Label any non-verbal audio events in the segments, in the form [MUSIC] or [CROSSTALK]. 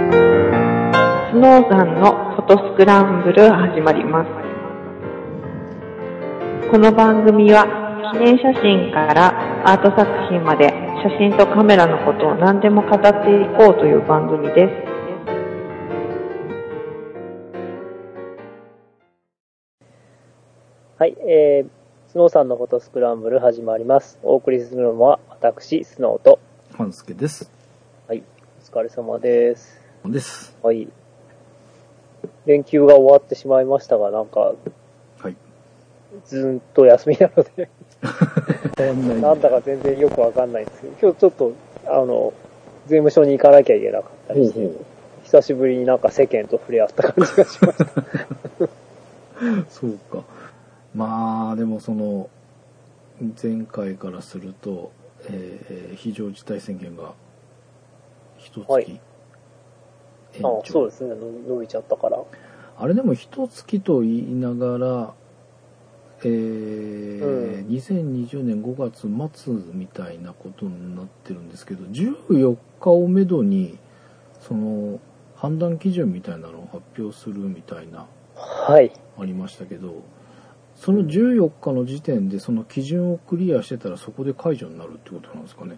スノーザンのフォトスクランブル始まります。この番組は記念写真からアート作品まで写真とカメラのことを何でも語っていこうという番組です。はい、えー、スノーさんのフォトスクランブル始まります。お送りするのは私、スノーと、半助です。はい、お疲れ様です。です。はい。連休が終わってしまいましたが、なんか、はい。ずーっと休みなので、 [LAUGHS] 変わんないねなんだか全然よくわかんないんですけど、今日ちょっと、あの、税務署に行かなきゃいけなかったりして、久しぶりになんか世間と触れ合った感じがしました。そうか。まあ、でもその、前回からすると、えー非常事態宣言が、一月、はい延あ長 [LAUGHS] そうですね、の伸びちゃったから。あれでも一月と言いながら、えーう2020年5月末みたいなことになってるんですけど、14日をめどに、その、判断基準みたいなのを発表するみたいな、はい。ありましたけど、その14日の時点でその基準をクリアしてたらそこで解除になるってことなんで [LAUGHS] すかね。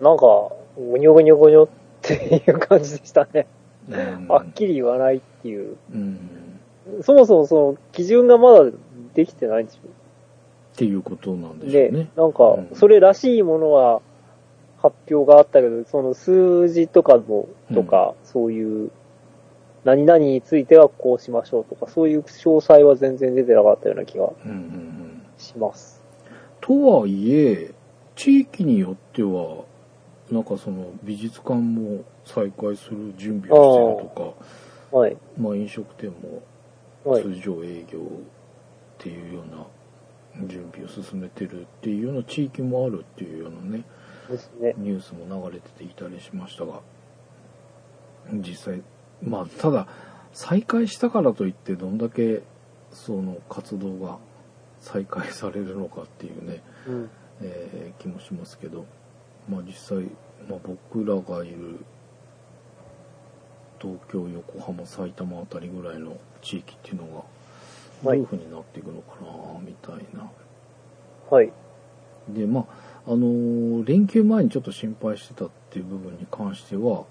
なんか、ぐにょぐにょぐにょっていう感じでしたね。うんはっきり言わないっていう。うん、そもそもその基準がまだできてないんですよ。っていうことなんでしょで、うね。なんかうん、それらしいものは発表があったけど、その数字とかも、とか、そういう、何々についてはこうしましょうとか、そういう詳細は全然出てなかったような気がうんうんうん、します。とはいえ地域によってはなんかその美術館も再開する準備をしてるとかはい。まあ、飲食店もはい。通常営業っていうような準備を進めてるっていうような地域もあるっていうようなねですね。ニュースも流れてていたりしましたが実際まあただ再開したからといってどんだけその活動が再開されるのかっていうね、うん。えー気もしますけどまあ実際、まあ、僕らがいる東京横浜埼玉あたりぐらいの地域っていうのがどういう風になっていくのかなみたいなはい。でまああのー連休前にちょっと心配してたっていう部分に関しては、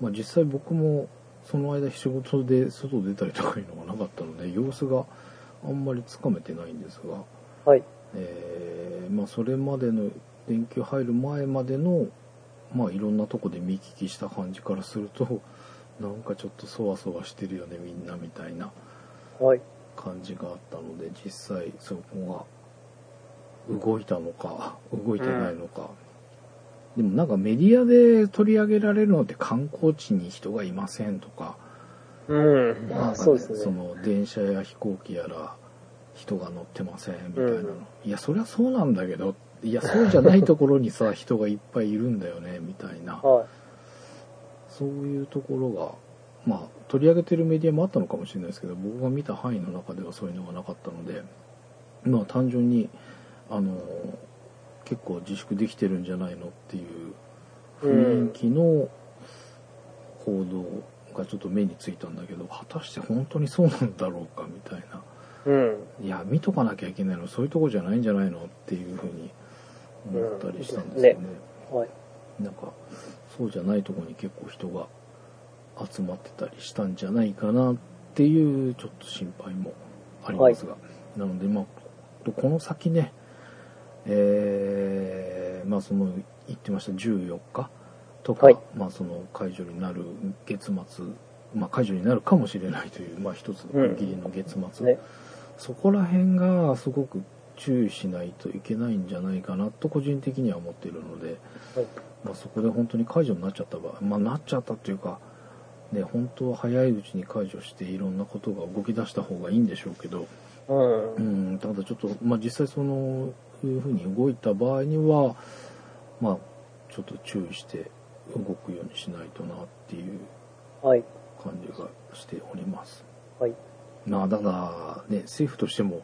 まあ、実際僕もその間仕事で外出たりとかいうのがなかったので様子があんまりつかめてないんですが、はい。えーまあ、それまでの連休入る前までの、まあ、いろんなとこで見聞きした感じからすると [LAUGHS] なんかちょっとそわそわしてるよねみんなみたいなはい。感じがあったので実際そこが動いたのか [LAUGHS] 動いてないのか、でもなんかメディアで取り上げられるのって観光地に人がいませんとかうん。なんかあねそうですそね。の電車や飛行機やら人が乗ってませんみたいなの、うんいやそりゃそうなんだけどいやそうじゃないところにさ人がいっぱいいるんだよねみたいなはい。そういうところが、まあ、取り上げてるメディアもあったのかもしれないですけど、僕が見た範囲の中ではそういうのがなかったので、まあ、単純に、あの、結構自粛できてるんじゃないのっていう雰囲気の報道がちょっと目についたんだけど、果たして本当にそうなんだろうかみたいな。うん。いや、見とかなきゃいけないの、そういうとこじゃないんじゃないのっていうふうに思ったりしたんですよね。はい。なんかそうじゃないところに結構人が集まってたりしたんじゃないかなっていうちょっと心配もありますが、なのでまあこの先ねえーまあその言ってました14日とか、はいまあその解除になる月末まあ解除になるかもしれないというまあ一つの区切りの月末、ね。そこら辺がすごく注意しないといけないんじゃないかなと個人的には思っているので、はいまあ、そこで本当に解除になっちゃった場合、まあ、なっちゃったというか、ね、本当は早いうちに解除していろんなことが動き出した方がいいんでしょうけど、うんう。ん、ただちょっと、まあ、実際そのいうふうに動いた場合には、まあ、ちょっと注意して動くようにしないとなっていうはい。感じがしております。はい。まあ、ただ、ね、政府としても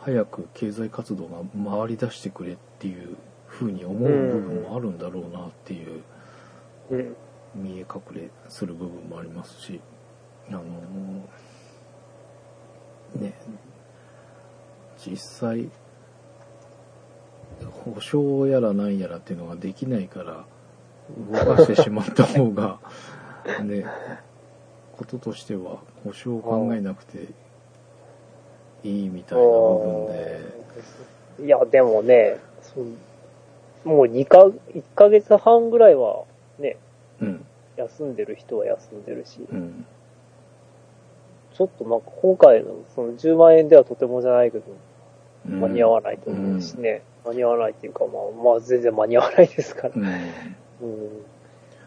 早く経済活動が回り出してくれっていうふうに思う部分もあるんだろうなっていううん。見え隠れする部分もありますし、あのね、実際、保証やらなんやらっていうのができないから、動かしてしまった [LAUGHS] 方が、ね、こととしては、保証を考えなくていいみたいな部分で、いや、でもね、そうもう2か、1ヶ月半ぐらいはね、うん、休んでる人は休んでるし、うん、ちょっとなんか今回のその10万円ではとてもじゃないけど、うん間に合わないと思うしね、間に合わないっていうか、まあ、まあ全然間に合わないですから。うん、うん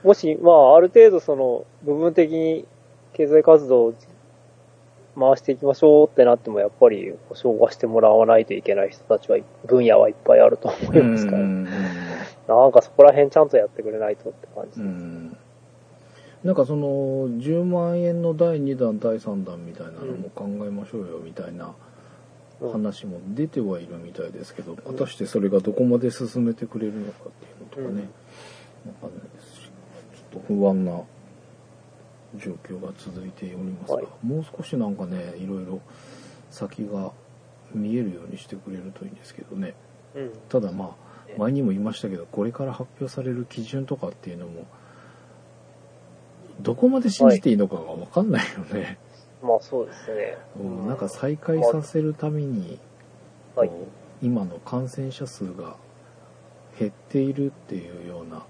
もし、まあ、ある程度、その、部分的に経済活動を回していきましょうってなっても、やっぱり、保証はしてもらわないといけない人たちは、分野はいっぱいあると思いますから、うんなんかそこら辺ちゃんとやってくれないとって感じです。うんなんかその10万円の第2弾第3弾みたいなのも考えましょうよみたいなうん話も出てはいるみたいですけど果たしてそれがどこまで進めてくれるのかっていうのとかねわかんないですしちょっと不安な状況が続いておりますがはいもう少しなんかねいろいろ先が見えるようにしてくれるといいんですけどね。うんただまあ前にも言いましたけどこれから発表される基準とかっていうのもどこまで信じていいのかが分かんないよね、まあ、そうですね。うんなんか再開させるために、はいこう今の感染者数が減っているっていうような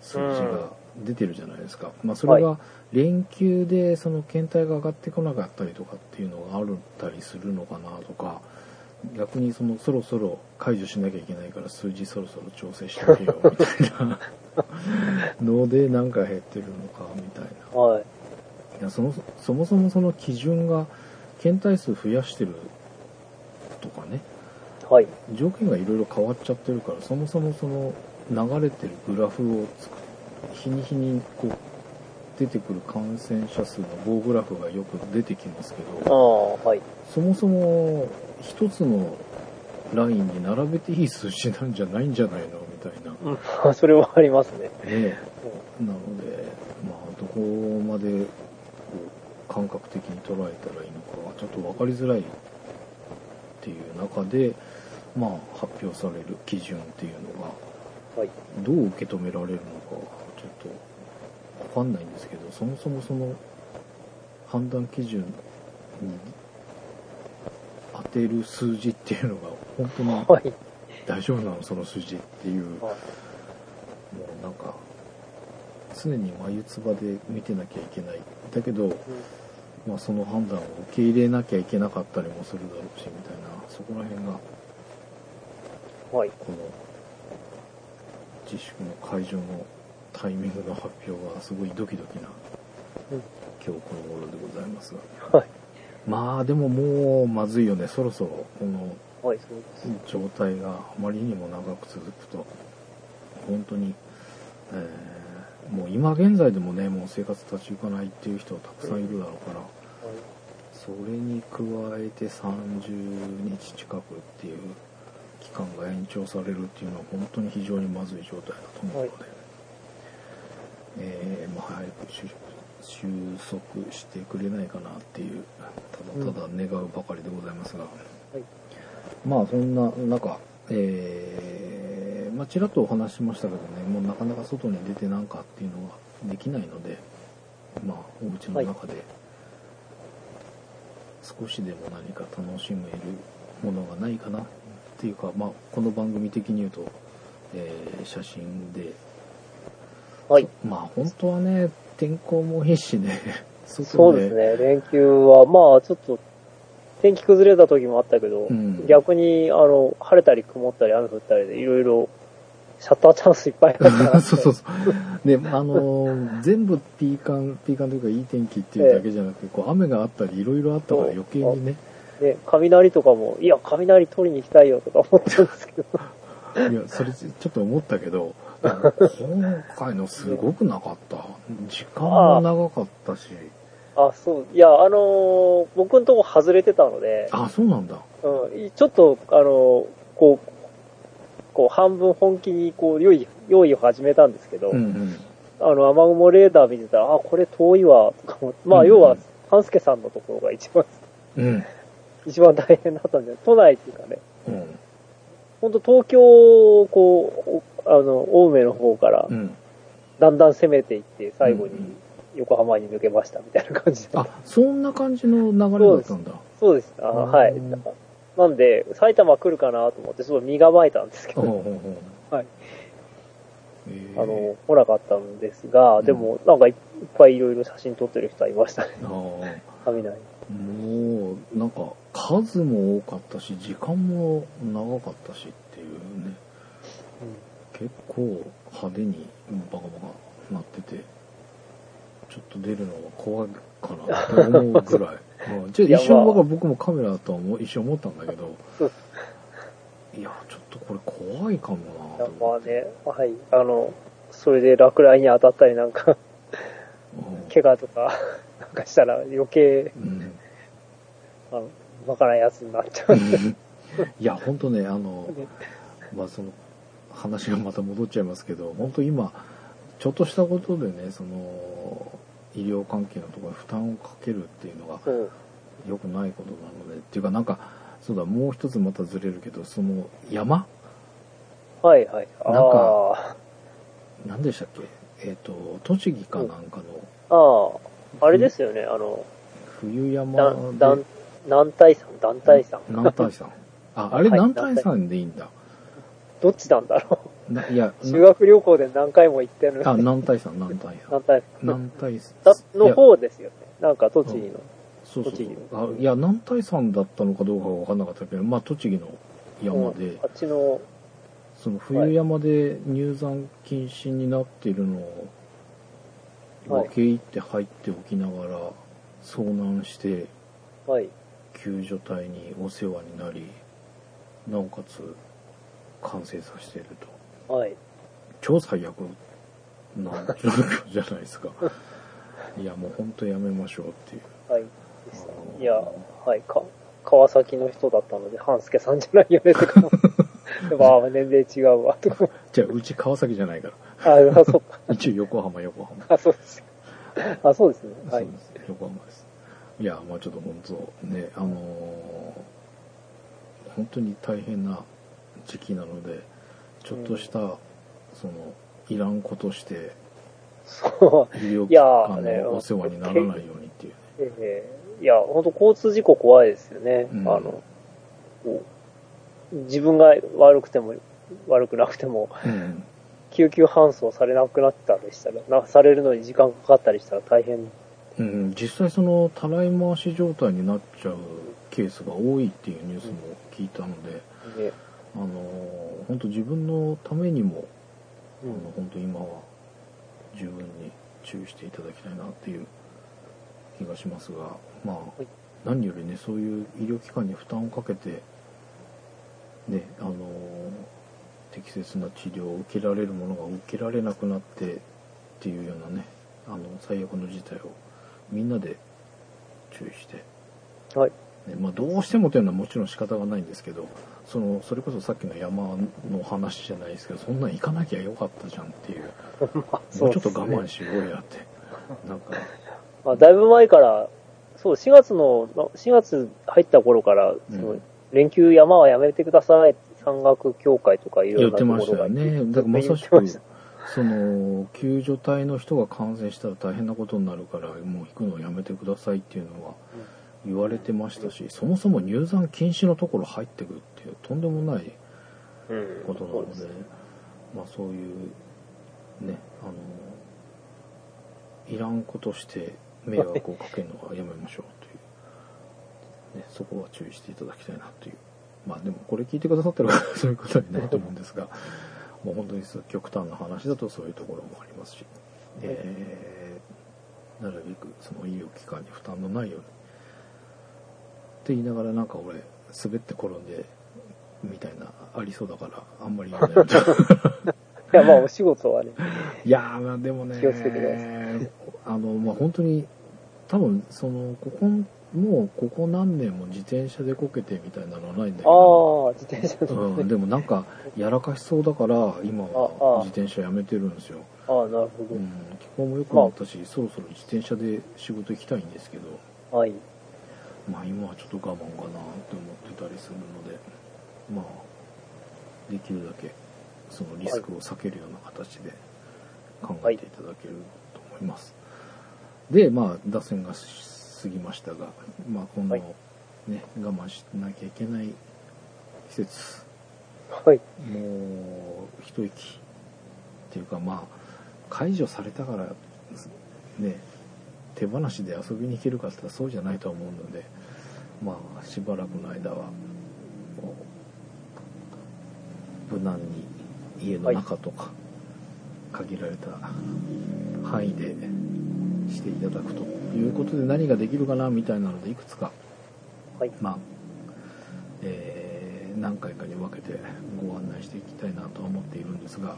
数字が出てるじゃないですか、まあ、それが連休でその検体が上がってこなかったりとかっていうのがあるったりするのかなとか逆にそのそろそろ解除しなきゃいけないから数字そろそろ調整してみようみたいな [LAUGHS] のでなんか減ってるのかみたいなはい。いやそもそそもそもその基準が検体数増やしてるとかねはい。条件がいろいろ変わっちゃってるからそもそもその流れてるグラフを作っ日に日にこう出てくる感染者数の棒グラフがよく出てきますけあどあ、はい。そもそも一つのラインに並べていい数字なんじゃないんじゃないのみたいなうん [LAUGHS] それはありますね。ね、なので、まあ、どこまでこう感覚的に捉えたらいいのかはちょっと分かりづらいっていう中で、まあ、発表される基準っていうのがはい。どう受け止められるのかはちょっと分かんないんですけどそもそもその判断基準に当てる数字っていうのが本当にはい。大丈夫なのその数字っていう。はいもうなんか常に眉唾で見てなきゃいけないだけど、まあ、その判断を受け入れなきゃいけなかったりもするだろうしみたいなそこら辺がうんはい。この自粛の解除のタイミングの発表がすごいドキドキなうん今日この頃でございますがはい。まあでももうまずいよねそろそろこのはい、そうです。状態があまりにも長く続くと本当に、えーもう今現在でもねもう生活立ち行かないっていう人はたくさんいるだろうからそれに加えて30日近くっていう期間が延長されるっていうのは本当に非常にまずい状態だと思うので、えーまあ、早く収収束してくれないかなっていうただただ願うばかりでございますが。はい。まあそんな中、えーまあ、ちらっとお話ししましたけどね、もうなかなか外に出てなんかっていうのができないので、まあ、お家の中で少しでも何か楽しめるものがないかなっていうか、まあ、この番組的に言うと、えー写真で、はい。まあ本当はね、天候もいいしね、 [LAUGHS] 外そうですね、連休は、まあちょっと、天気崩れた時もあったけど、うん逆に、あの、晴れたり曇ったり雨降ったりで、いろいろ、シャッターチャンスいっぱいあったなって [LAUGHS] そうそうそう。 [LAUGHS] で、あのー全部ピーカン、ピーカンというかいい天気っていうだけじゃなくて、こう雨があったり、いろいろあったから余計にね、ね、雷とかも、いや、雷取りに行きたいよとか思ったんです [LAUGHS] けど、いや、それちょっと思ったけど、でも今回のすごくなかった。時間も長かったし、あ、そう、いや、あのー僕のとこ外れてたので、あ、そうなんだ。うん、ちょっと、あのーこう、こう半分本気にこう用意用意を始めたんですけど、うんうんあの雨雲レーダー見てたら、あ、これ遠いわ、とか思って、まうあん要は、半助さんのところが一番、 [LAUGHS] うん一番大変だったんじゃない都内っていうかね、うんほんと東京をこう、おあの、青梅の方からう、んだんだん攻めていって、最後にうんうん横浜に抜けましたみたいな感じで。あそんな感じの流れだったんだそうです。あうんはい。なんで、埼玉来るかなと思って、すごい身構えたんですけほうど、ほうほうはいえーあの、来なかったんですが、でも、なんかいっぱいいろいろ写真撮ってる人はいましたね、ああ [LAUGHS] 雷。もうなんか数も多かったし時間も長かったしっていうね結構派手にバカバカなっててちょっと出るのは怖いかなと思う [LAUGHS] ぐらい、うんじゃあいや一瞬まあ僕は僕もカメラだとは思う一瞬思ったんだけどそういやちょっとこれ怖いかもなとま思あって、ね、はい。あの、それで落雷に当たったりなんか、 [LAUGHS] 怪我とか、なんかしたら余計、うんうんあの、わからんやつになっちゃう。いや本当ねあのまあその話がまた戻っちゃいますけど本当今ちょっとしたことでねその医療関係のところに負担をかけるっていうのがうん。良くないことなのでっていうかなんかそうだもう一つまたずれるけどその山 [LAUGHS] はいはい。あなんかあ何でしたっけえっ、と栃木かなんかのー。ああ。あれですよね、あの、冬だ山ん、でだん、南大山、南大山。南大山ああれはい南大山でいいんだ、どっちなんだろないやう。修学旅行で何回も行ってる。あ南南大山南大山大山。南大山だいのや方ですよね。なんか栃木の。そうそう栃木あいや南大山だったのかどうかは分かんなかったけど、まあ、栃木の山で、うんあっちの、その冬山で入山禁止になっているのをはい分け入って入っておきながら遭難してはい。救助隊にお世話になりなおかつ完成させているとはい。超最悪な状況じゃない [LAUGHS] ですかいやもう本当やめましょうっていうはい。でしたいや、はい、か、川崎の人だったので、半助さんじゃないよね、と [LAUGHS] か。でも、ああ、年齢違うわ、とか。じゃあうち川崎じゃないからああ、そうか。一応横浜横浜あ、そうです。あ、そうですね。はいそう。です横浜ですいやまあちょっと本当ねあのー本当に大変な時期なのでちょっとした、そのいらんことしてそう。医療いやーあの、ねお世話にならないようにっていうね [LAUGHS] ええいや、本当交通事故怖いですよね。うんあの、こう自分が悪くても、悪くなくても、うん救急搬送されなくなったりしたら、なされるのに時間かかったりしたら大変。うん、実際そのたらい回し状態になっちゃうケースが多いっていうニュースも聞いたので、ねあの本当自分のためにもうあの本当今は十分に注意していただきたいなっていう気がしますが、まあ、い何よりねそういう医療機関に負担をかけて、ねあの適切な治療を受けられるものが受けられなくなってっていうようなねあの最悪の事態をみんなで注意してん。はい。ねまあ、どうしてもというのはもちろん仕方がないんですけどそのそれこそさっきの山の話じゃないですけどそんなん行かなきゃよかったじゃんっていうもうちょっと我慢しようやってなん [LAUGHS] かまあ、だいぶ前から、そう、4月の、4月入った頃から、んその連休山はやめてくださいって、山岳協会とかいろいろ言っなてとこまろしたがよねだからまさ言っしてましくその救助隊の人が感染したら大変なことになるからもう行くのをやめてくださいっていうのは言われてましたしそもそも入山禁止のところ入ってくるっていうとんでもないうんことなそうのでで、すまあそういうねあのいらんことして迷惑をかけるのはやめましょうという、ね、そこは注意していただきたいなというまあでもこれ聞いてくださってる方は [LAUGHS] そういうことになると思うんですがもう本当にそう極端な話だとそういうところもありますし、えーなるべくその医療機関に負担のないようにって言いながらなんか俺滑って転んでみたいなありそうだからあんまり言わないい [LAUGHS] や、まあ、お仕事はね、いやーまあでもね気をつけてくだあのまあ本当に多分そのここもうここ何年も自転車でこけてみたいなのはないんだけあど、あ、自転車のうん、でもなんかやらかしそうだから今ああは自転車やめてるんですよ、ああ、なるほうん、気候も良くなったし、そろそろ自転車で仕事行きたいんですけどど。はい。まあ今はちょっと我慢かなって思ってたりするのでまあできるだけそのリスクを避けるような形で考えていただけると思います、でまあ打線が過ぎましたがまあ今度はいね我慢しなきゃいけない季節はい。もう一息っていうかまあ解除されたからね手放しで遊びに行けるかって言ったらそうじゃないとは思うのでまあしばらくの間はこう無難に家の中とか限られた範囲でしていただくということで何ができるかなみたいなのでいくつかはい。まあえー何回かに分けてご案内していきたいなとは思っているんですが、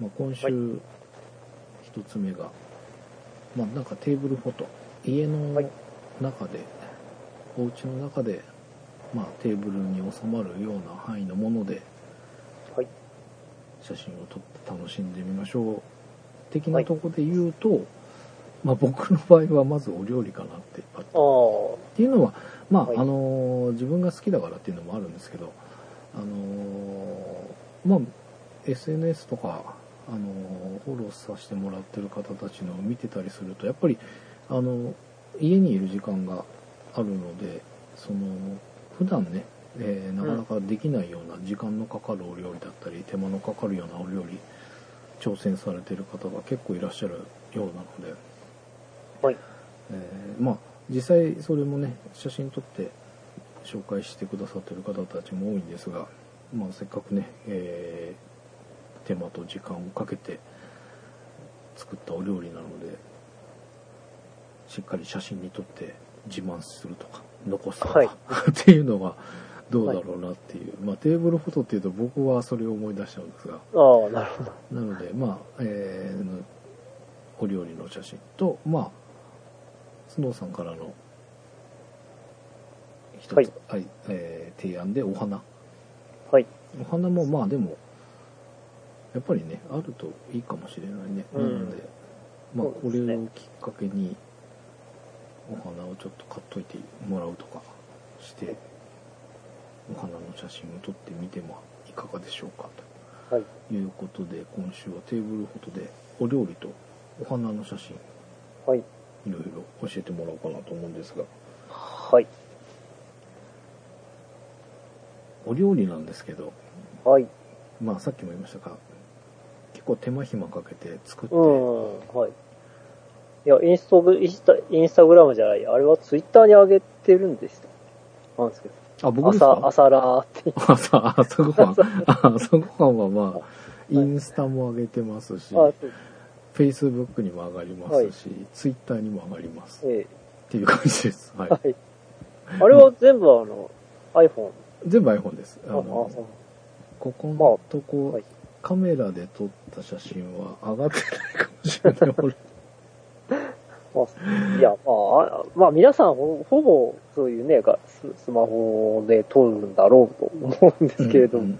まあ、今週はい1つ目が、まあ、なんかテーブルフォト家のはい中で、お家の中で、まあ、テーブルに収まるような範囲のものではい。写真を撮って楽しんでみましょう的なとこで言うと、まあ、僕の場合はまずお料理かなってパッああ。とっていうのは、まあはいあのー自分が好きだからっていうのもあるんですけど、あのーまあ、SNS とか、あのーフォローさせてもらってる方たちのを見てたりするとやっぱり、あのー家にいる時間があるのでその普段ね、えーなかなかできないような時間のかかるお料理だったり、手間のかかるようなお料理挑戦されてる方が結構いらっしゃるようなので。はい。えーまあ実際それもね写真撮って紹介してくださってる方たちも多いんですが、まあ、せっかくね、えー手間と時間をかけて作ったお料理なのでしっかり写真に撮って自慢するとか残すとか、はい [LAUGHS] っていうのはどうだろうなっていう、まあ、テーブルフォトっていうと僕はそれを思い出しちゃうんですがああ、なるほど。なので、まあ、えーお料理の写真と、まあ、スノーさんからの、一つ、はいはいえー提案でお花。はい。お花も、まあでも、やっぱりね、あるといいかもしれないね。うんなので、まあ、そこうですねれをきっかけに、お花をちょっと買っといてもらうとかして、お花の写真を撮ってみてもいかがでしょうかと。はい。ということで今週はテーブルフォトでお料理とお花の写真はい。いろいろ教えてもらおうかなと思うんですがはい。お料理なんですけどはい。まあさっきも言いましたが結構手間暇かけて作って、うん。はい。いや、インストグ、インスタ、インスタグラムじゃない。あれはツイッターに上げてるんでした。なんですけど。あ僕です朝、か朝ラーって。朝朝ごはん朝ごはんはまあインスタも上げてますし、あそうですフェイスブックにも上がりますし、ツイッターにも上がりますっえていう感じです。はいえ。はい。あれは全部あの、iPhone。全部 iPhone です。あ、ああ、のそう。ここのとこ、はいカメラで撮った写真は上がってないかもしれない。俺まあ、いや、まああ、まあ、皆さんほ、ほぼ、そういうね、がススマホで撮るんだろうと思うんですけれども、うん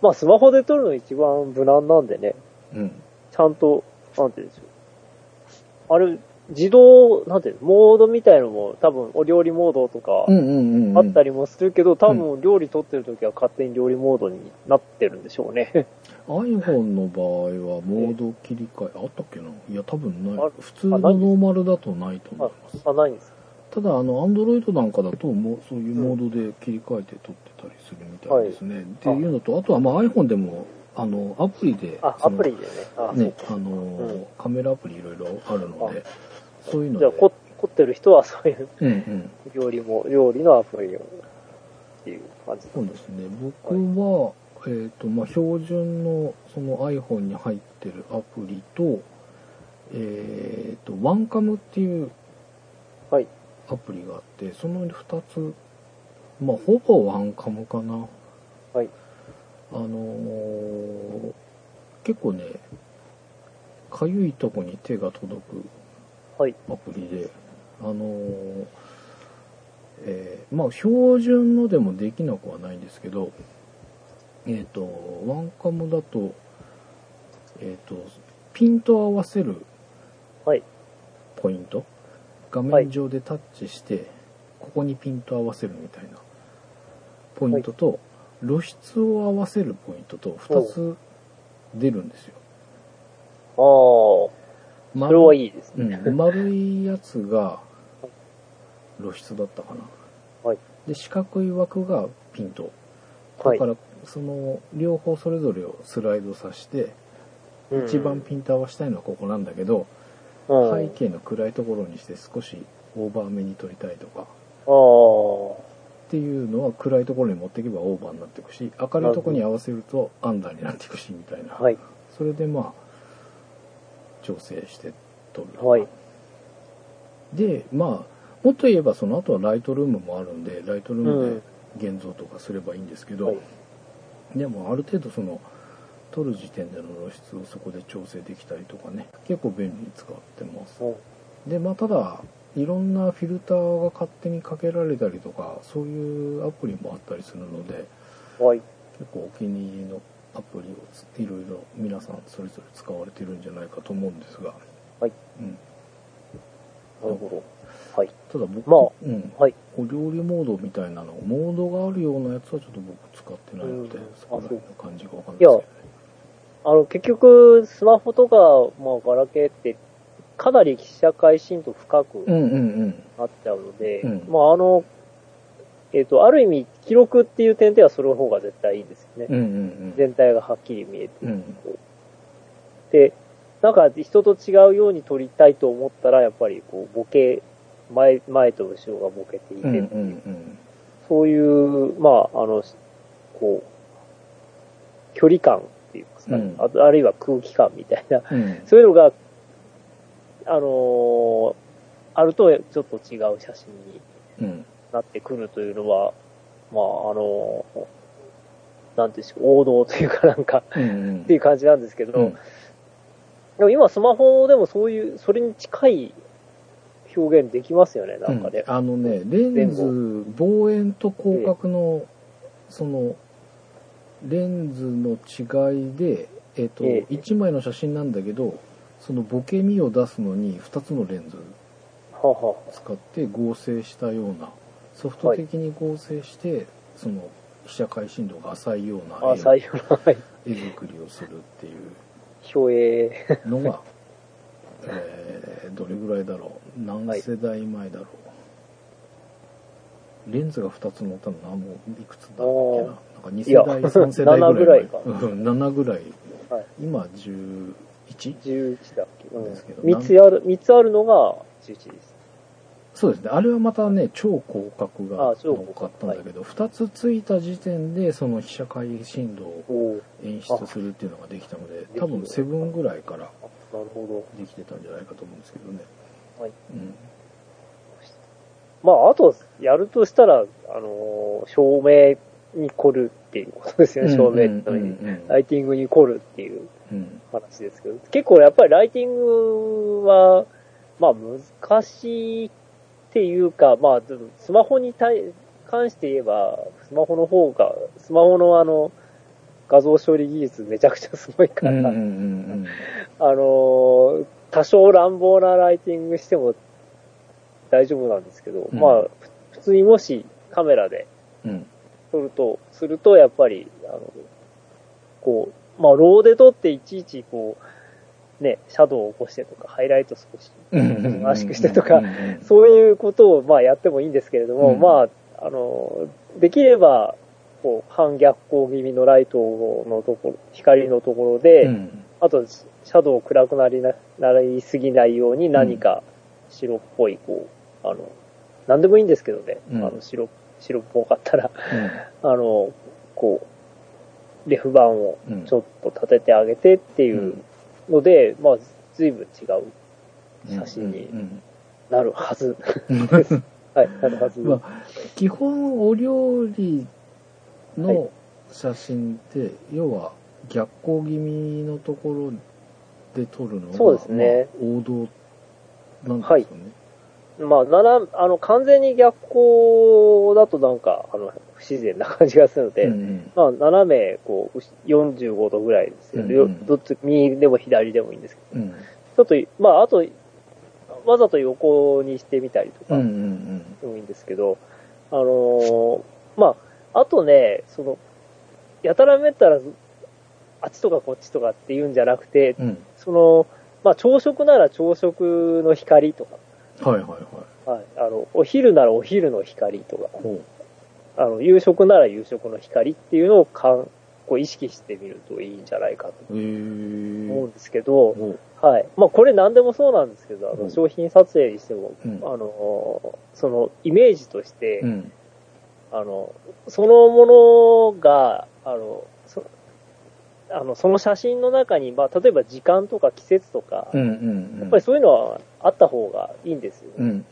まあ、スマホで撮るの一番無難なんでね、うんうんちゃんと、なんて言うんでしょう。あれ、自動、なんていうの、モードみたいのも、多分、お料理モードとかう、んうんうんうんあったりもするけど、多分、料理撮ってる時は勝手に料理モードになってるんでしょうね。 iPhone の場合はモード切り替えあったっけないや多分なあい普通のノーマルだとないと思います [LAUGHS] あ、ないんですかただあの Android なんかだともうそういうモードで切り替えて撮ってたりするみたいですね、っていうのとあとはまあ iPhone でもあのアプリであ、そアのプリでね。あ、ねあの、うんカメラアプリいろいろあるのでそういうのじでゃあ、凝凝ってる人はそういううんうん料理も、料理のアプリを、っていう感じそうですね僕は、えっ、とまあ標準のその iPhone に入ってるアプリとえっ、とワンカムっていうはいアプリがあってその2つまあほぼワンカムかなはいあのー結構ねかゆいとこに手が届くはい。アプリであのーえーまあ標準のでもできなくはないんですけどえっ、とワンカムだとえっ、とピントを合わせるはい。ポイント画面上でタッチして、ここにピントを合わせるみたいなポイントと、露出を合わせるポイントと2つ出るんですよ。ああ、そまれはいいですうね。ん、丸いやつが露出だったかな。はいで四角い枠がピント。はだいか。らその両方それぞれをスライドさせて、うん一番ピント合わせたいのはここなんだけど、うん背景の暗いところにして少しオーバーめに撮りたいとか。ああ。っていうのは暗いところに持っていけばオーバーになっていくし明るいところに合わせるとアンダーになっていくしみたいな、はい。それでまあ調整して撮る、はい。でまあもっと言えばその後はライトルームもあるんでライトうルームん。で現像とかすればいいんですけど、はいでもある程度その撮る時点での露出をそこで調整できたりとかね結構便利に使ってますうんでまあただいろんなフィルターが勝手にかけられたりとかそういうアプリもあったりするのではい。結構お気に入りのアプリをついろいろ皆さんそれぞれ使われてるんじゃないかと思うんですが、はいうん、なるほど。はい。ただ僕、まあうん、はい。お料理モードみたいなのモードがあるようなやつはちょっと僕使ってないので、うんそこら辺の感じがわかんないいやですあの、結局、スマホとか、まあ、ガラケーって、かなり社会浸透深くけどねうんうんうんなっちゃうので、うんまあ、あの、えっ、と、ある意味、記録っていう点ではそれの方が絶対いいですよね。うんうん全体がはっきり見えうんうんて。で、なんか人と違うように撮りたいと思ったら、やっぱりこう、ボケ、前、前と後ろがボケていて、うんうんうんそういう、まあ、あの、こう、距離感っていうかさ、うんあとあるいは空気感みたいな、うんそういうのが、あのーあるとちょっと違う写真にうんなってくるというのは、まあ、あのーなんていうんでしょう、王道というかなんか、 [LAUGHS] うんうんっていう感じなんですけど、うんでも今スマホでもそういう、それに近い表現できますよね、なんかね。うんあのねレンズ望遠と広角の、そのレンズの違いで、えっとええ1枚の写真なんだけどそのボケみを出すのに2つのレンズはは使って合成したようなソフト的に合成して、その被写界深度が浅いようなあ、絵最後の、はい。絵作りをするっていう表映。の [LAUGHS] が、えーどれぐらいだろう何世代前だろう、レンズが2つ乗ったのなもういくつだっけなおーなんか2世代いや3世代 [LAUGHS] ぐらい前7ぐらいうん7ぐらいはい今 11? 11だっけ、うん、ですけど3つある、三つあるのが11です。そうですねあれはまたね超広角があ超広多角かったんだけど、2つついた時点でその被写界深度をおおな演出するっていうのができたのであ多分セブンぐらいからるほできてたんじゃないかと思うんですけどね、はいうん、ど。まあ、あと、やるとしたら、あのー照明に凝るっていうことですよね、照明ってのに。うんうんうんうんライティングに凝るっていううん話ですけど、結構やっぱりライティングは、まあ難しいっていうか、まあでもスマホに対関して言えば、スマホの方が、スマホのあの、画像処理技術めちゃくちゃすごいから、うんうんうんあの、多少乱暴なライティングしても大丈夫なんですけど、うんまあ、ふ普通にもしカメラでうんうん撮ると、するとやっぱり、あの、こう、まあ、ローで撮っていちいちこう、ね、シャドウを起こしてとか、ハイライト少し、う [LAUGHS] んらしくしてとかうんうんそういうことをまあやってもいいんですけれども、うんまあ、あの、できれば、こう、半逆光気味のライトのところ、光のところで、うんあと、シャドウ暗くなりな、なりすぎないように何か白っぽい、こう、あの、なんでもいいんですけどね、うんあの、白、白っぽかったら、 [LAUGHS] あの、こう、レフ板をうんちょっと立ててあげてってういうんので、まあ、随分違う、写真にうんなるはず。 [LAUGHS] うんはい、なるはず。まあ基本お料理はの写真って、要は逆光気味のところで撮るのがそうですねまあ王道なんですよね、まあ、なら、あの、完全に逆光だとなんか、あの、不自然な感じがするので、うんうんまあ、斜め、こう、うし45度ぐらいですよ、うんうんよどっち、右でも左でもいいんですけうんど、ちょっと、まあ、あと、わざと横にしてみたりとうかんう、んでもいいんですけど、あのーまあ、あとね、その、やたらめったら、あっちとかこっちとかって言うんじゃなくて、うんうんその、まあ、朝食なら朝食の光とか、はいはいははい、あの、お昼ならお昼の光とかい、ほあの、夕食なら夕食の光っていうのをかん、こう意識してみるといいんじゃないかとうへえ思うんですけど、ほうはい。まあ、これ何でもそうなんですけど、あうのん商品撮影にしても、うんあの、その、イメージとして、うんあの、そのものが、あの、そあのその写真の中に、まあ、例えば時間とか季節とか、うんうんうんやっぱりそういうのはあった方がいいんですよね。うん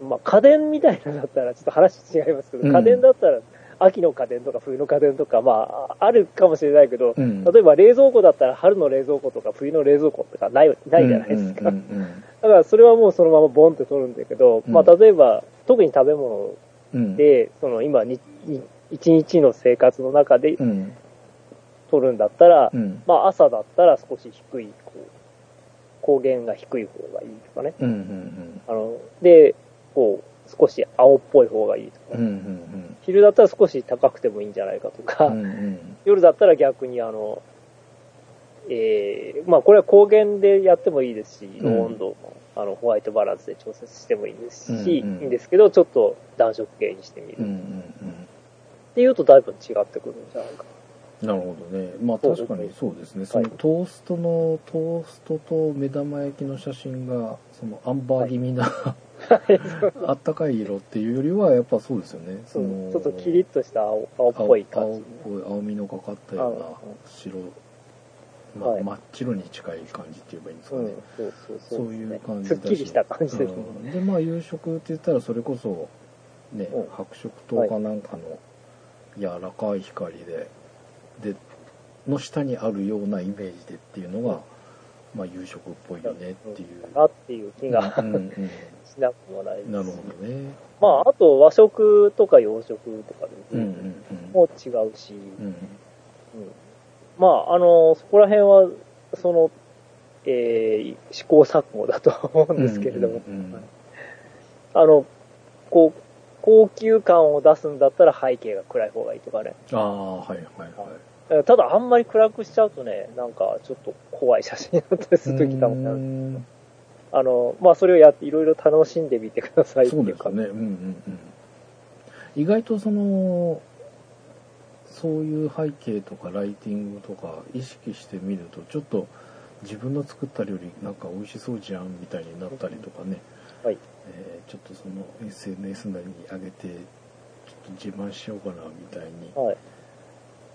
うんまあ、家電みたいなのだったら、ちょっと話違いますけど、うん家電だったら、秋の家電とか冬の家電とか、まあ、あるかもしれないけど、うん例えば冷蔵庫だったら春の冷蔵庫とか冬の冷蔵庫とかないないじゃないですか。うんうんだからそれはもうそのままボンって取るんだけど、うんまあ例えば特に食べ物うんで、その今に、に一日の生活の中でうん取るんだったら、うんまあ朝だったら少し低い、こう、光源が低い方がいいとかね。うんうんあの、で、こう、少し青っぽい方がいいとか、うんうんうん昼だったら少し高くてもいいんじゃないかとか、うんうん夜だったら逆にあの、えー、まあこれは光源でやってもいいですし、色温度も、あの、ホワイトバランスで調節してもいいですし、うんうんいいんですけど、ちょっと暖色系にしてみる。うんうっんうんていうとだいぶ違ってくるんじゃないか。なるほどね。まあそう確かにそうですね。そはいのトーストの、トーストと目玉焼きの写真が、そのアンバー気味な、あったかい色っていうよりは、やっぱそうですよね。そのうちょっとキリッとした青青っぽい感じ。青青っぽい青みのかかったような白、まあはい真っ白に近い感じって言えばいいんですかうね。ん、そうそうそう。そういう感じすだっしきりした感じですね。うんでまあ夕食って言ったらそれこそね、うん白色灯かなんかの柔らかい光ででの下にあるようなイメージでっていうのが、まあ、夕食っぽいよねっていう。あっていう気がうんうんしなくもないでうす。んなるほどね。まあ、あと和食とか洋食とかですうんうね、んも違うし、うんうんうんまあ、あの、そこら辺は、その、えー試行錯誤だとは思うんですけれども、うんうんうんあの、こう、高級感を出すんだったら背景が暗い方がいいとかね。ああはいはいはえーただあんまり暗くしちゃうとね、なんかちょっと怖い写真になったりい。する時たまにあうる。んあの、まあそれをやっていろいろ楽しんでみてくださいってそういでうすか。ね、うんうんうん、意外とそのそういう背景とかライティングとか意識してみるとちょっと自分の作った料理なんか美味しそうじゃんみたいになったりとかね、はいえーちょっとその SNS なりに上げてちょっと自慢しようかなみたいにはい。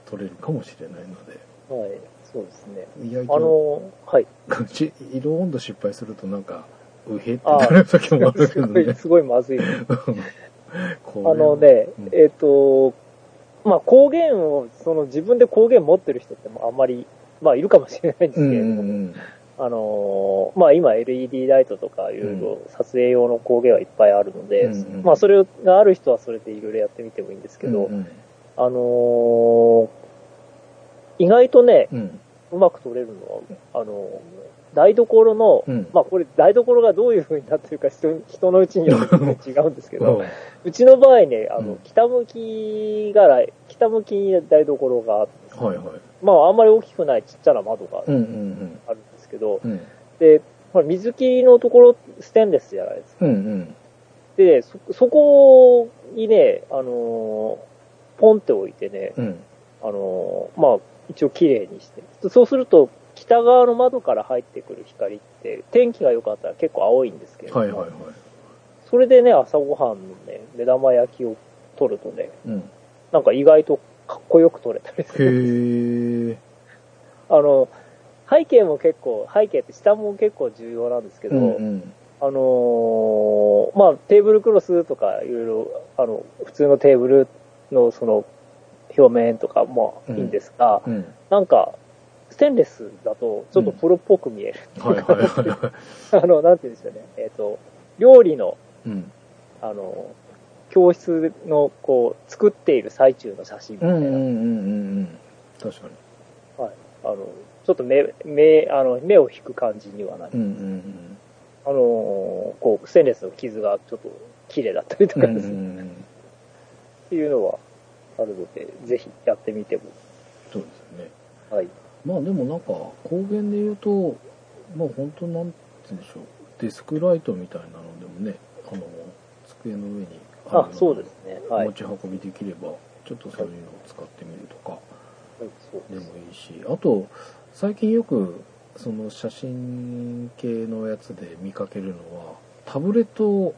撮れるかもしれないのではい。そうですね。意外あとの、はい。し色温度失敗するとなんかうへってあなる時もあるけ [LAUGHS] すどごい、ね。すごいまずい。これあはのねうん、えっ、と、まあ、光源を、その自分で光源持ってる人ってあんまり、まあ、いるかもしれないんですけうんれうども、んうんあのーまあ、今 LED ライトとかいろいろ撮影用の光源はいっぱいあるので、うんうんまあ、それがある人はそれでいろいろやってみてもいいんですけど、うんうんあのー意外とね、うんうまく撮れるのは、あのー台所の、うんまあ、これ台所がどういう風になってるか人人のうちによって違うんですけ [LAUGHS] ど、うんうちの場合ね、あうんの、北向きがら、北向きに台所があって、はいはい。まああんまり大きくないちっちゃな窓がうんうんあるんですけど、うん。うんで、ほら水切りのところステンレスじゃないですか。うんで、そ、そこにね、あのーポンって置いてね、うん。あのーまあ一応綺麗にして。そうすると、北側の窓から入ってくる光って、天気が良かったら結構青いんですけど、はいはいはい。それでね、朝ごはんのね、目玉焼きを取るとね、うん。なんか意外とかっこよく撮れたりする。へえ。あの、背景も結構、背景って下も結構重要なんですけど、ん。あのーまあ、テーブルクロスとかいろいろ、あの、普通のテーブルのその、表面とかもいいんですが、うん。なんか、ステンレスだとちょっとプロっぽく見える。 [LAUGHS] はいはいはいはい。あの、なんて言うんでしょうね。えっ、と、料理の、うん。あの、教室の、こう、作っている最中の写真みうたいんな、うんうんうんうん。確かあの、ちょっと目、目、あの、目を引く感じにはなる。に。うんうんあのー、こう、ステンレスの傷がちょっと綺麗だったりとうん。うかんでうんすうねんうん。っていうのはあるので、ぜひやってみても。そうですね。はい。まあでもなんか光源で言うとまあ本当なんて言うんでしょうデスクライトみたいなのでもねあの机の上にるよあな、そうですね。はい。は持い、ち運びできればちょっとそういうのを使ってみるとかそうででもす。いいしあと最近よくその写真系のやつで見かけるのはタブレットを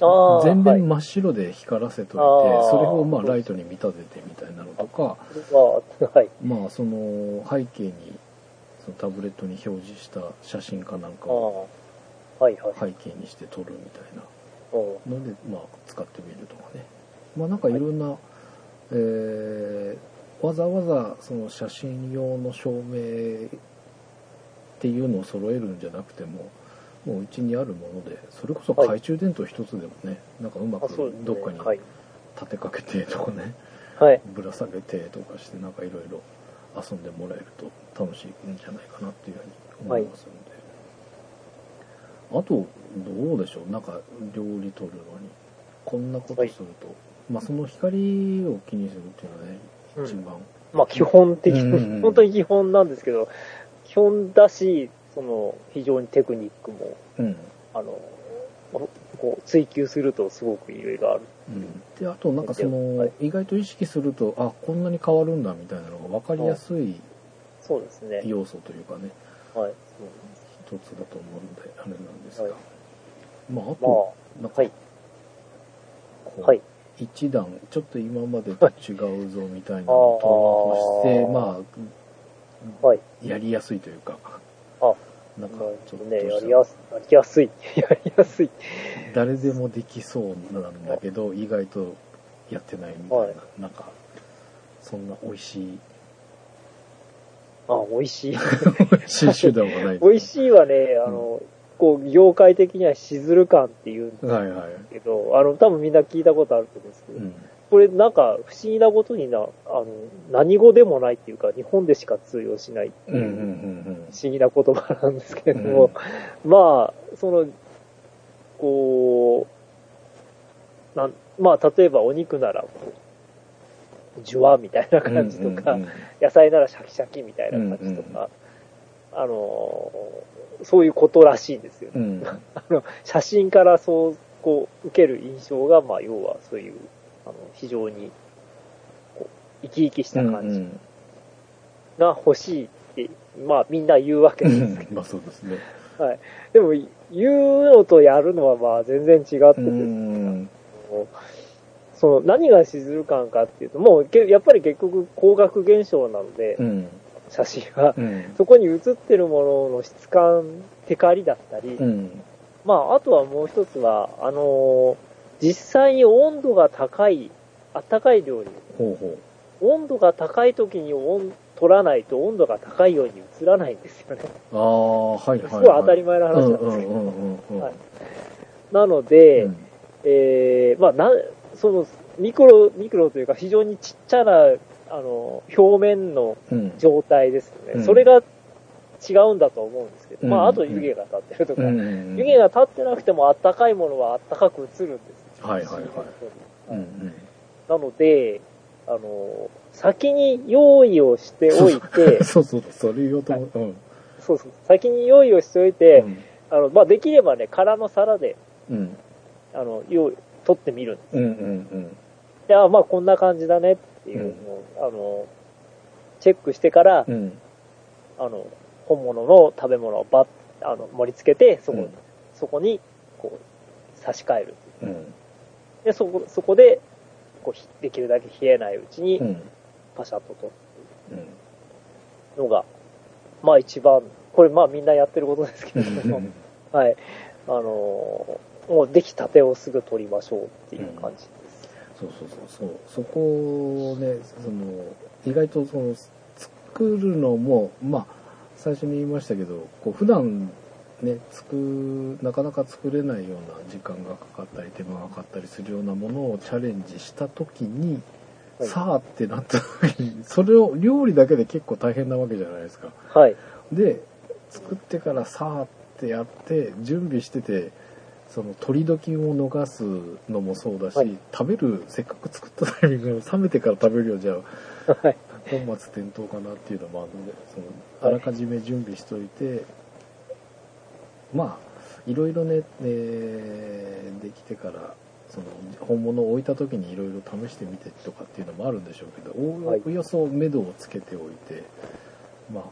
ああ、全はい面。真っ白で光らせといて、あーそれをまあライトに見立ててみたいなのとかこれは、はい。まあその背景にそのタブレットに表示した写真かなんかあをあ。はいはい。背景にして撮るみたいなうんのでまあ使ってみるとかねまあなんかいろんな、えーわざわざその写真用の照明っていうのを揃えるんじゃなくてももううちにあるものでそれこそはい懐中電灯一つでもね、なんかうまあくそうですね。どっかにはい。立てかけてとかねはい。ぶら下げてとかしてなんかいろいろ遊んでもらえると楽しいんじゃないかなっていうふうに思いますので、あとどうでしょうなんか料理取るのにこんなことすると、まあその光を気にするっていうのはねうん一番、まあ、基本的うんうんうんに、本当に基本なんですけど、基本だし、その、非常にテクニックも、うんあの、こう、追求するとすごくいろいろある。うんであとなんかそはのい意外と意識するとあこんなに変わるんだみたいなのが分かりやすいそうですね。要素というかねはい。一つだと思うのであれなんですが、はいまああまあ、となんかはいこうはい。一段ちょっと今までと違うぞみたいなのを取りあー残してまあ、はいやりやすいというかあなんまかちょっあとね、やりしたやすやりやすい。 [LAUGHS] やりやすい。誰でもできそうなんだけど意外とやってないみたいな、はいなんかそんな美味しいあ、美味しい。新手段がない美味しいはね、あの、こう、業界的にはしずる感っていうんですはいはい、けど、あの、多分みんな聞いたことあると思うんですけど、うん、これなんか不思議なことにな、あの、何語でもないっていうか、日本でしか通用しないってうんいうんううん不思議な言葉なんですけれども、まあ、その、こう、なんまあ、例えばお肉なら、こうジュワみたいなうん感じとか、うんうん野菜ならシャキシャキみたいな感じとか、あのーそういうことらしいんです [LAUGHS] よね。うん写真からそう、こう、受ける印象が、まあ、要はそういう、あの、非常に、こう、生き生きした感うじんが欲しいって、まあ、みんな言うわけうですけどん、まあそうですねでも、言うのとやるのはまあ全然違ってて、うんその何がしずる感かっていうと、もうけやっぱり結局光学現象なので、うん写真は。 [LAUGHS] うんそこに写ってるものの質感、テカリだったり、うんまあ、あとはもう一つは、あのー実際に温度が高い、あったかい料理、ほうほ温度が高い時に温取らないと温度が高いように映らないんですよね。うああはいはい、すはごい、い当たり前の話なんですけど。ははいいなので、えーまあ、な、その、ミクロ、ミクロというか非常にちっちゃな、あの、表面のうん状態ですよね。うんそれが違うんだと思うんですけど、うんまあ、あと湯気が立ってるとか、うん湯気が立ってなくてもあったかいものはあったかく映るんですよはいはいはいうんうはいんなので、あの、先に用意をしておい [LAUGHS] て、そうそうそれ言おうと思う、そうそう、先に用意をしておいて、あの、まあ、できればね、空の皿で、うんうんあの、用意、取ってみるんですうんうんで、あ、まあこんな感じだねっていうのを、あの、チェックしてから、うんうんあの、本物の食べ物をばあの、盛り付けて、そこ、うんそこに、こう、差し替える。うんで、そこ、そこで、こうひ、できるだけ冷えないうちにう、んパシャッとと、のが、まあ一番、これまあみんなやってることですけれども、 [LAUGHS] はい。あの、もうできたてをすぐ取りましょうっていう感じです。そうそうそうそうそこをねその意外とその作るのもまあ最初に言いましたけどこう普段ね、作なかなか作れないような時間がかかったり手間がかかったりするようなものをチャレンジした時に、はいさあってなった時にそれを料理だけで結構大変なわけじゃないですかはい。で作ってからさあってやって準備しててその取り時を逃すのもそうだし、はい食べるせっかく作ったタイミングが冷めてから食べるようじゃはい。本末転倒かなっていうのもあるのでそのあらかじめ準備しといて、まあいろいろね、えーできてからその本物を置いた時にいろいろ試してみてとかっていうのもあるんでしょうけどお,、はいおよそ目処をつけておいてまあ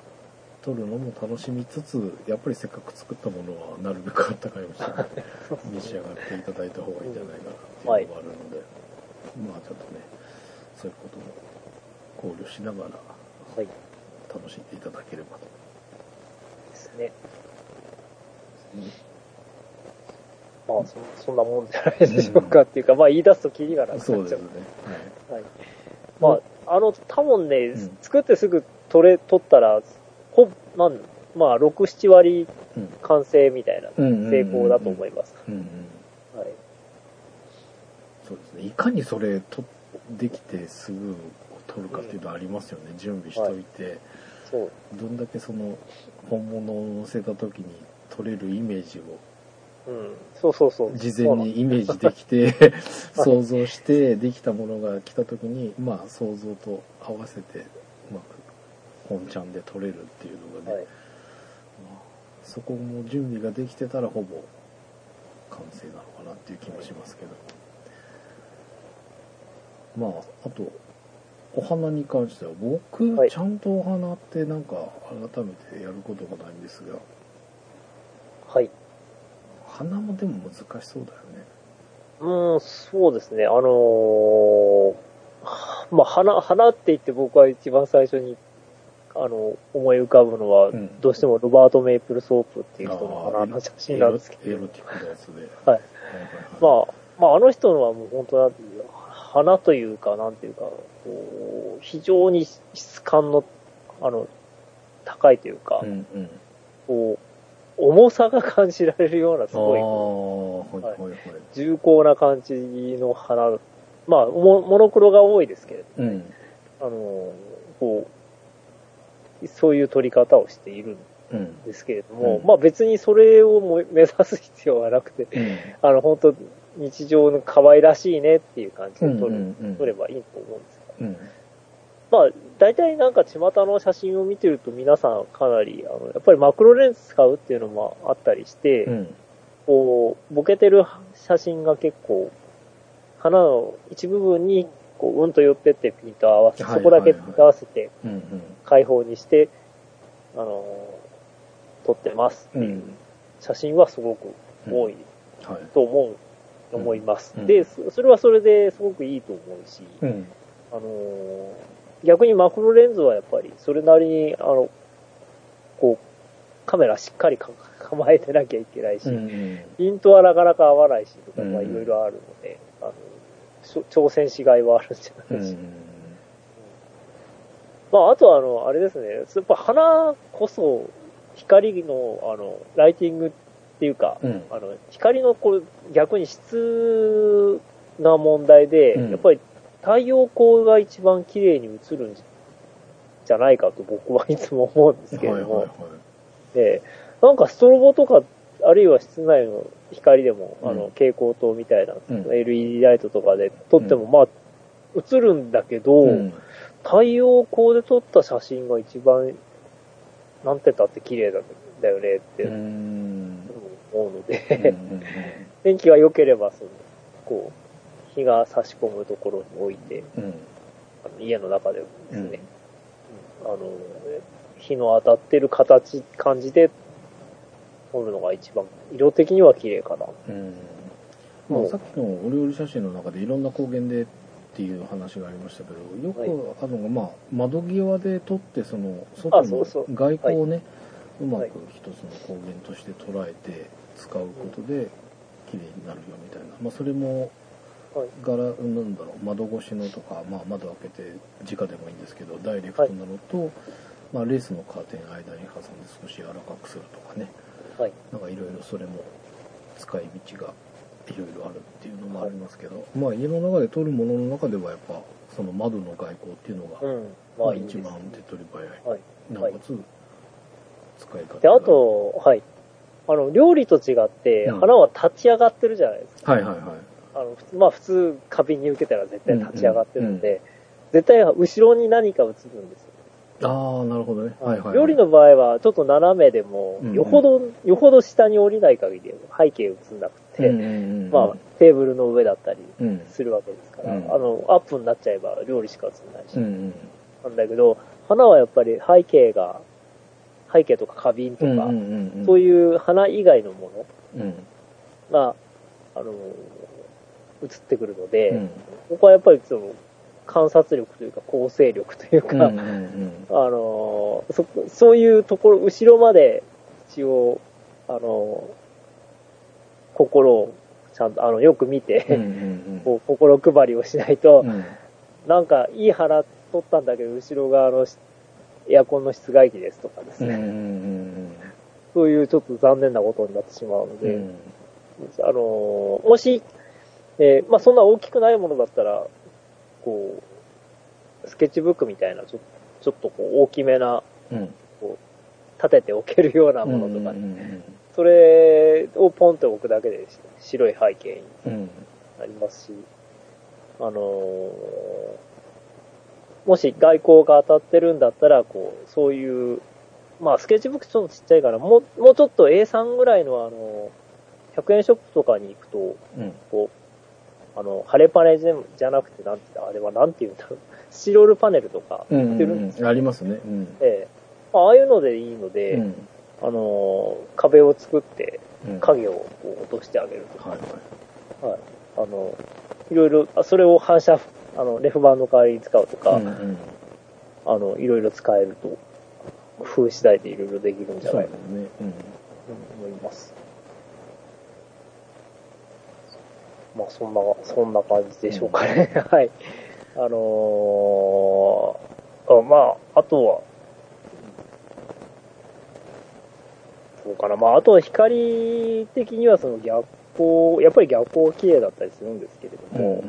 撮るのも楽しみつつやっぱりせっかく作ったものはなるべくあったかいお品で召し上がっていただいた方がいいんじゃないかなっていうのもあるので、まあちょっとねそういうことも考慮しながらはい。楽しんでいただければとですね。思いままあ、そそんなもんじゃないでしょうかっていうか、まあ言い出すとキリがなくなっすちゃそううですね、はい。まあ、あの、多分ね、ん作ってすぐ取れ、取ったら、ほぼ、なん、まあ、6、7割うん完成みたいな、うんうんうんうん成功だと思います。うんうん、はい。そうですねいかにそれとできてすぐ撮るかっていうのはありますよね、準備しといて、そう。どんだけその本物を載せた時に撮れるイメージをうん。そうそうそう。事前にイメージできて [LAUGHS] 想像してできたものが来た時にまあ想像と合わせてうまく本ちゃんで撮れるっていうのそう。がはね、い。まあそこも準備ができてたらほぼ完成なのかなっていう気もしますけど、まああとお花に関しては僕、はいちゃんとお花ってなんか改めてやることがないんですがはい。花もでも難しそうだよねうん、そうですね。あのーまあ、花、花って言って僕は一番最初に、あの、思い浮かぶのは、うんどうしてもロバート・メイプル・ソープっていう人のあー花の写真なんですけど。エロエロティックなやつで、はいはまあ、まあ、あの人のはもう本当なんていうの花というか、なんていうか、こう、非常に質感の、あの、高いというか、いはいうんうんこう、重さが感じられるような、すああごい、はいはいはい、重厚な感じの花。まあ、モモノクロが多いですけれど、うんあの、こう、そういう撮り方をしているんうんですけれども、うんまあ別にそれをも目指す必要はなくて、うんあの、本当日常の可愛らしいねっていう感じうでん撮うるんうん撮ればいいと思うんですが。うんまあ、大体なんか巷の写真を見てると皆さんかなり、あの、やっぱりマクロレンズ使うっていうのもあったりして、うんこう、ボケてる写真が結構、花の一部分に、こう、うんと寄ってってピント合わせ、はいそこだけピント合わせてうんうん開放にして、あの、撮ってますってういうん写真はすごく多いはいと思う、思いますう。んで、そそれはそれですごくいいと思うし、うんあのー逆にマクロレンズはやっぱりそれなりに、あの、こう、カメラしっかりか構えてなきゃいけないし、うんピントはなかなか合わないしとか、まあうんいろいろあるので、あの、しょ挑戦しがいはあるんじゃうないでしょうか。んまああとはあの、あれですね、やっぱ花こそ光の、あの、ライティングっていうか、うんあの、光のこう、逆に質な問題で、うんやっぱり太陽光が一番綺麗に映るんじゃないかと僕はいつも思うんですけれども、はいはいはいで、なんかストロボとか、あるいは室内の光でも、うんあの、蛍光灯みたいな、うん LED ライトとかで撮っても、うまあ、映るんだけど、うん太陽光で撮った写真が一番、なんてたって綺麗だだよねって、うん思うので、うんうん天気が良ければ、その、こう、日が差し込むところに置いて、うんあの家の中でもですうんね、あの、日の当たってる形、感じで撮るのが一番、色的には綺麗かな。うんまあさっきのお料理写真の中でいろんな光源でっていう話がありましたけどよはいくあるのがまあ窓際で撮ってその外そのうそう外光をねうまはいく一つの光源として捉えて使うことで綺麗になるよみたいなまあそれもはい柄なんだろう窓越しのとか、まあ、窓開けて直でもいいんですけどダイレクトなのと、まあ、レースのカーテン間に挟んで少し柔らかくするとかねはい。なんかいろいろそれも使い道がいろいろあるっていうのもありますけど、まあ家の中で撮るものの中ではやっぱその窓の外交っていうのうが、ん。ままああいいで一す、ね番。手っ取り早い、はい。なおかつ使い方がで、あと、はい。あの、料理と違って、うん花は立ち上がってるじゃないですか。はいはいはいあの、普通まあ普通、花瓶に受けたら絶対立ち上がってるんで、う絶対後ろに何か映るんですよ。ああなるほどねはいはい、はい、料理の場合は、ちょっと斜めでもうんう、んよほど、よほど下に降りない限り背景映んなくて、うんうんうんまあ、テーブルの上だったりうんするわけですから、うんあの、アップになっちゃえば料理しか映んないし、うんうんなんだけど、花はやっぱり背景が、背景とか花瓶とうんうか、んうんそういう花以外のものうんが、あの、映ってくるので、うんここはやっぱりその、観察力というか、構成力というか、うんうんうんあのーそこ、そういうところ、後ろまで、一応、あのー心を、ちゃんと、あの、よく見うんうて、ん [LAUGHS] こう心配りをしないと、うんなんか、いい腹取ったんだけど、後ろ側のし、エアコンの室外機ですとかですうんうんうね、んそういうちょっと残念なことになってしまうのうで、んあのーもし、えーまあ、そんな大きくないものだったら、こう、スケッチブックみたいな、ちょちょっとこう大きめな、うん立てておけるようなものとか、うんうんそれをポンと置くだけでし白い背景にうんなりますし、あのーもし外光が当たってるんだったら、こう、そういう、まあ、スケッチブックちょっとちっちゃいから、もう、もうちょっと A3 ぐらいの、あのー、100円ショップとかに行くと、うんこう、あの、晴れパネじゃじゃなくて、なんて言ったあれはなんて言うんだろう。 [LAUGHS] スチロールパネルとか、うん売ってるんですうんありますね。うん。ええまあああいうのでいいので、うんあのー、壁を作って、うん影をこう落としてあげるとか、はいはい。あの、いろいろ、あそれを反射、あの、レフ板の代わりに使うとか、うんうんあの、いろいろ使えると、工夫次第でいろいろできるんじそゃうだなねいか。うんと思います。まあ、そんな、そんな感じでしょうかね。 [LAUGHS] はい。あのーあまあ、あとは、そうかな。まあ、あとは光的にはその逆光、やっぱり逆光綺麗だったりするんですけれども、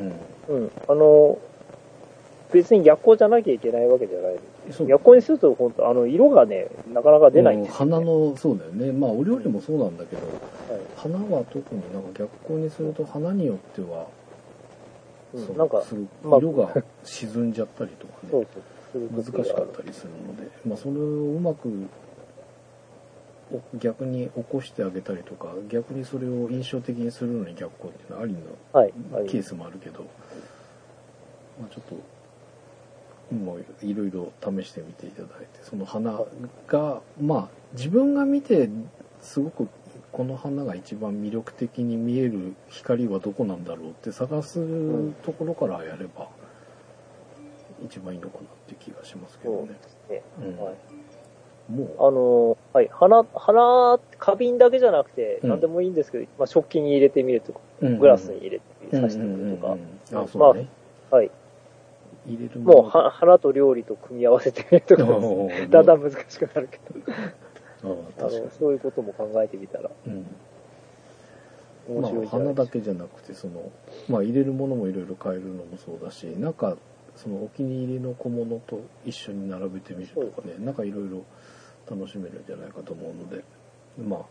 ううんん。あの別に逆光じゃなきゃいけないわけじゃないです。うんそう逆光にすると、本当あの、色がね、なかなか出ないんですよ、ね。花の、そうだよね。まあ、お料理もそうなんだけど、花は特になんか逆光にすると、花によっては、うんそうなんかすごまあい色が沈んじゃったりとかそうね、そう。難しかったりするので、まあ、それをうまく、お逆に起こしてあげたりとか、逆にそれを印象的にするのに逆光っていうのはありのた。はい。ありケースもあるけど、まあ、ちょっともういろいろ試してみていただいてその花がまあ自分が見てすごくこの花が一番魅力的に見える光はどこなんだろうって探すところからやれば一番いいのかなって気がしますけどそうでね。すね。うんはいあものーはい。花、花、花瓶だけじゃなくて、うん何でもいいんですけど、まあ、食器に入れてみるとか、うグラスに入れてみうんる、刺してみるとかうん、うんうんあそうね、はい。入れるもう、 [LAUGHS] のは花と料理と組み合わせてみるとかですね、おーだんだん難しくなるけど、ああ確かのそういうことも考えてみたらに、う面んま白いあ、んじゃな花いでだすか。けじゃなくてその、まあ、入れるものもいろいろ変えるのもそうだしなんかそのお気に入りの小物と一緒に並べてみるとかねなんかいろいろ楽しめるんじゃないかと思うのでまあ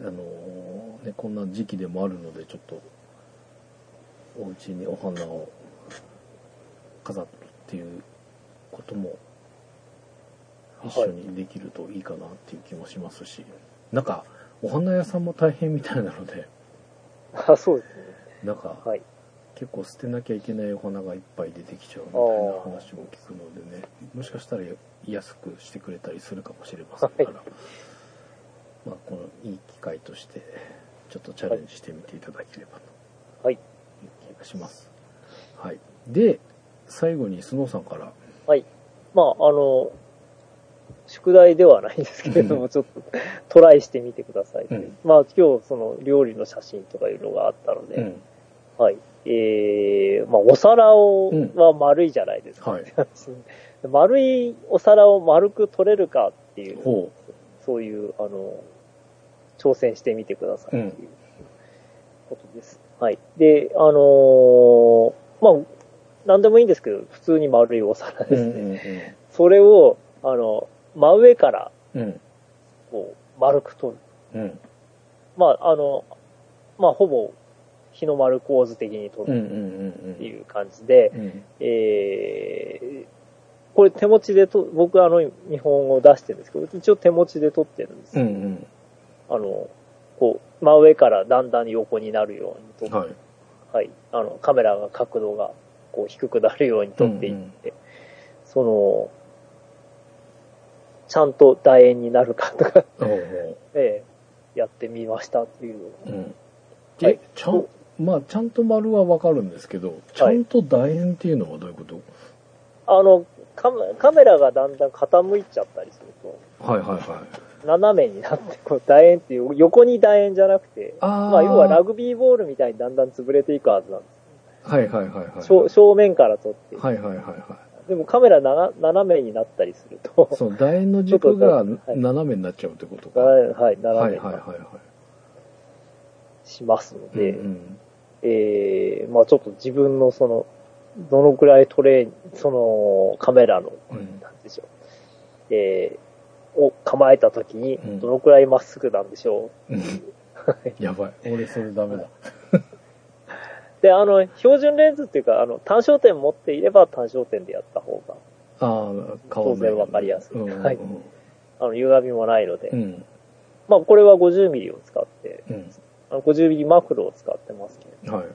あのーね、こんな時期でもあるのでちょっとお家にお花を飾るっていうことも一緒にできるといいかなっていう気もしますし、なんかお花屋さんも大変みたいなのであそうですね。なんか、はい。結構捨てなきゃいけないお花がいっぱい出てきちゃうみたいな話も聞くのでねもしかしたら安くしてくれたりするかもしれませんから、はまあこのいい機会としてちょっとチャレンジしてみていただければはい。という気がします、はい、で最後にスノーさんからはい。まあ、あの、宿題ではないんですけれども、ちょっとトライしてみてくださいという。うんまあ、今日、その料理の写真とかいうのがあったので、うんはい。えー、まあ、お皿を、うんは丸いじゃないですか。はい。 [LAUGHS] 丸いお皿を丸く取れるかっていう、ほそういう、あの、挑戦してみてくださいっていうことです。はい。で、あのーまあ、なんでもいいんですけど、普通に丸いお皿う。でうすんね。うんそれを、あの、真上から、うん。うんこう、丸く取る。うんまあ、あの、まあ、ほぼ、日の丸構図的に取うんうるんうんっていう感じで、うんうんえー、これ手持ちでと、僕あの、見本を出してるんですけど、一応手持ちで撮ってるんです。うんうんあの、こう、真上からだんだん横になるようにと、はいはい、あの、カメラが角度が、こう、低くなるように撮っていって、うんうんその、ちゃんと楕円になるかとか、ほうほええやってみましたっていう。ううんはえいちゃんまあちゃんと丸はわかるんですけどちゃんと楕円っていうのはどういうことあの、カメカメラがだんだん傾いちゃったりすると、はいはいはい斜めになって、こう、楕円っていう、横に楕円じゃなくて、あーまあ、要はラグビーボールみたいにだんだん潰れていくはずなんではいはいはいはいす。正正面から撮って、はいはいはいはいでもカメラなな斜めになったりすると、その楕円の軸ちがょっとはい斜めになっちゃうってことかは斜めはい、いは斜いめはいにはしますのいで、うんえー、まあちょっと自分のその、どのくらいトレーニング、その、カメラの、うんなんでしょう、えー、を構えた時にうん、どのくらいまっすぐなんでしょうん [LAUGHS] やばい俺それダメだう。で、あの、標準レンズっていうか、あの、単焦点持っていれば単焦点でやった方が、 [LAUGHS] ああ顔当然わかりやすいうんうんうんはいあの、歪みもないので、うんまあこれは 50mm を使って、うんあの 50mm マクロを使ってますけど、はい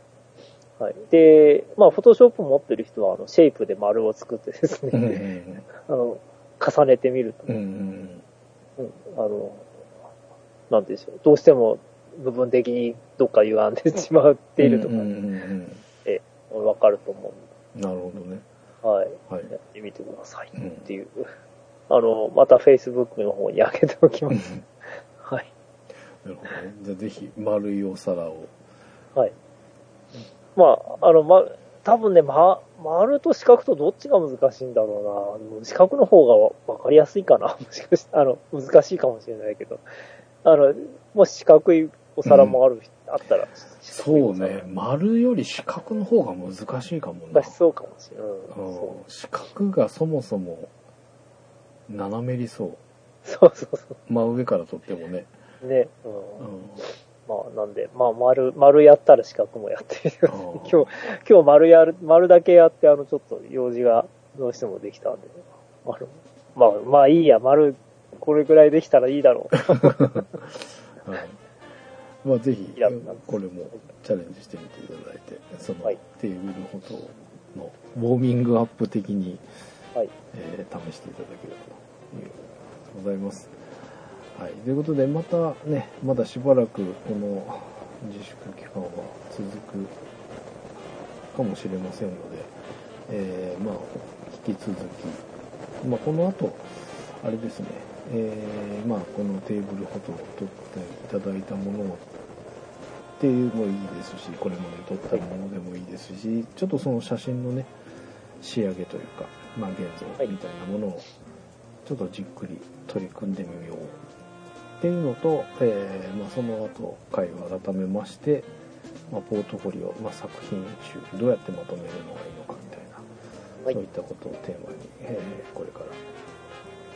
はい。で、まあ、フォトショップ持ってる人は、あの、シェイプで丸を作ってですうんうね、ん [LAUGHS] あの、重ねてみると、うんうんうんあの、なんていうんでしょう、どうしても部分的にどっか歪んでしまっているとかう、んうんうんわかると思うんなるほどねう。はい。はいやってみてください。うんっていう。あの、また Facebook の方に上げておきます。はい。なるほどねじゃあぜひ丸いお皿をはい。まあ、あの、ま、多分ね、ま、丸と四角とどっちが難しいんだろうな。でも四角の方がわわかりやすいかな。 [LAUGHS] もしかして、あの、難しいかもしれないけど。あの、もし四角いお皿もある、あったら、四角いそおう皿ね丸より四角の方が難しいかもな難しそうかもしれない。うんうんそ四角がそもそも斜めりそうそうそうそ真上から撮ってもね、う。ね。うんうんまあ、なんで、まあ、丸、丸やったら四角もやってみてくださいあー [LAUGHS] 今日、今日丸やる、丸だけやって、あの、ちょっと用事がどうしてもできたんで、あの、まあ、まあいいや、丸、これぐらいできたらいいだろう。はいまあ、ぜひいやなんかこれもチャレンジしてみていただいてそのはいテーブルフォトのウォーミングアップ的に、はいえー試していただければということでございます、はい、ということでまたねまだしばらくこの自粛期間は続くかもしれませんので、えーまあ引き続き、まあ、この後あれですね、えーまあ、このテーブルフォトを撮っていただいたものをっていうのもいいですしこれまで撮ったものでもいいですしちょっとその写真のね仕上げというか、まあ、現像みたいなものをちょっとじっくり取り組んでみようっていうのと、えーまあ、その後回を改めまして、まあ、ポートフォリオ、まあ、作品集どうやってまとめるのがいいのかみたいなはいそういったことをテーマに、えーこれから、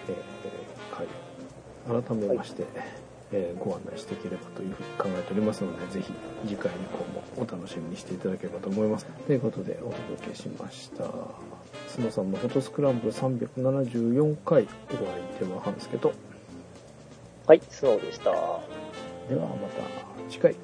えー会を改めまして、えーご案内していければというふうに考えておりますので、ぜひ次回以降もお楽しみにしていただければと思います。ということでお届けしました。スノさんのフォトスクランブル374回、お相手は半助と、はい、スノーでした。はではまた次回。い。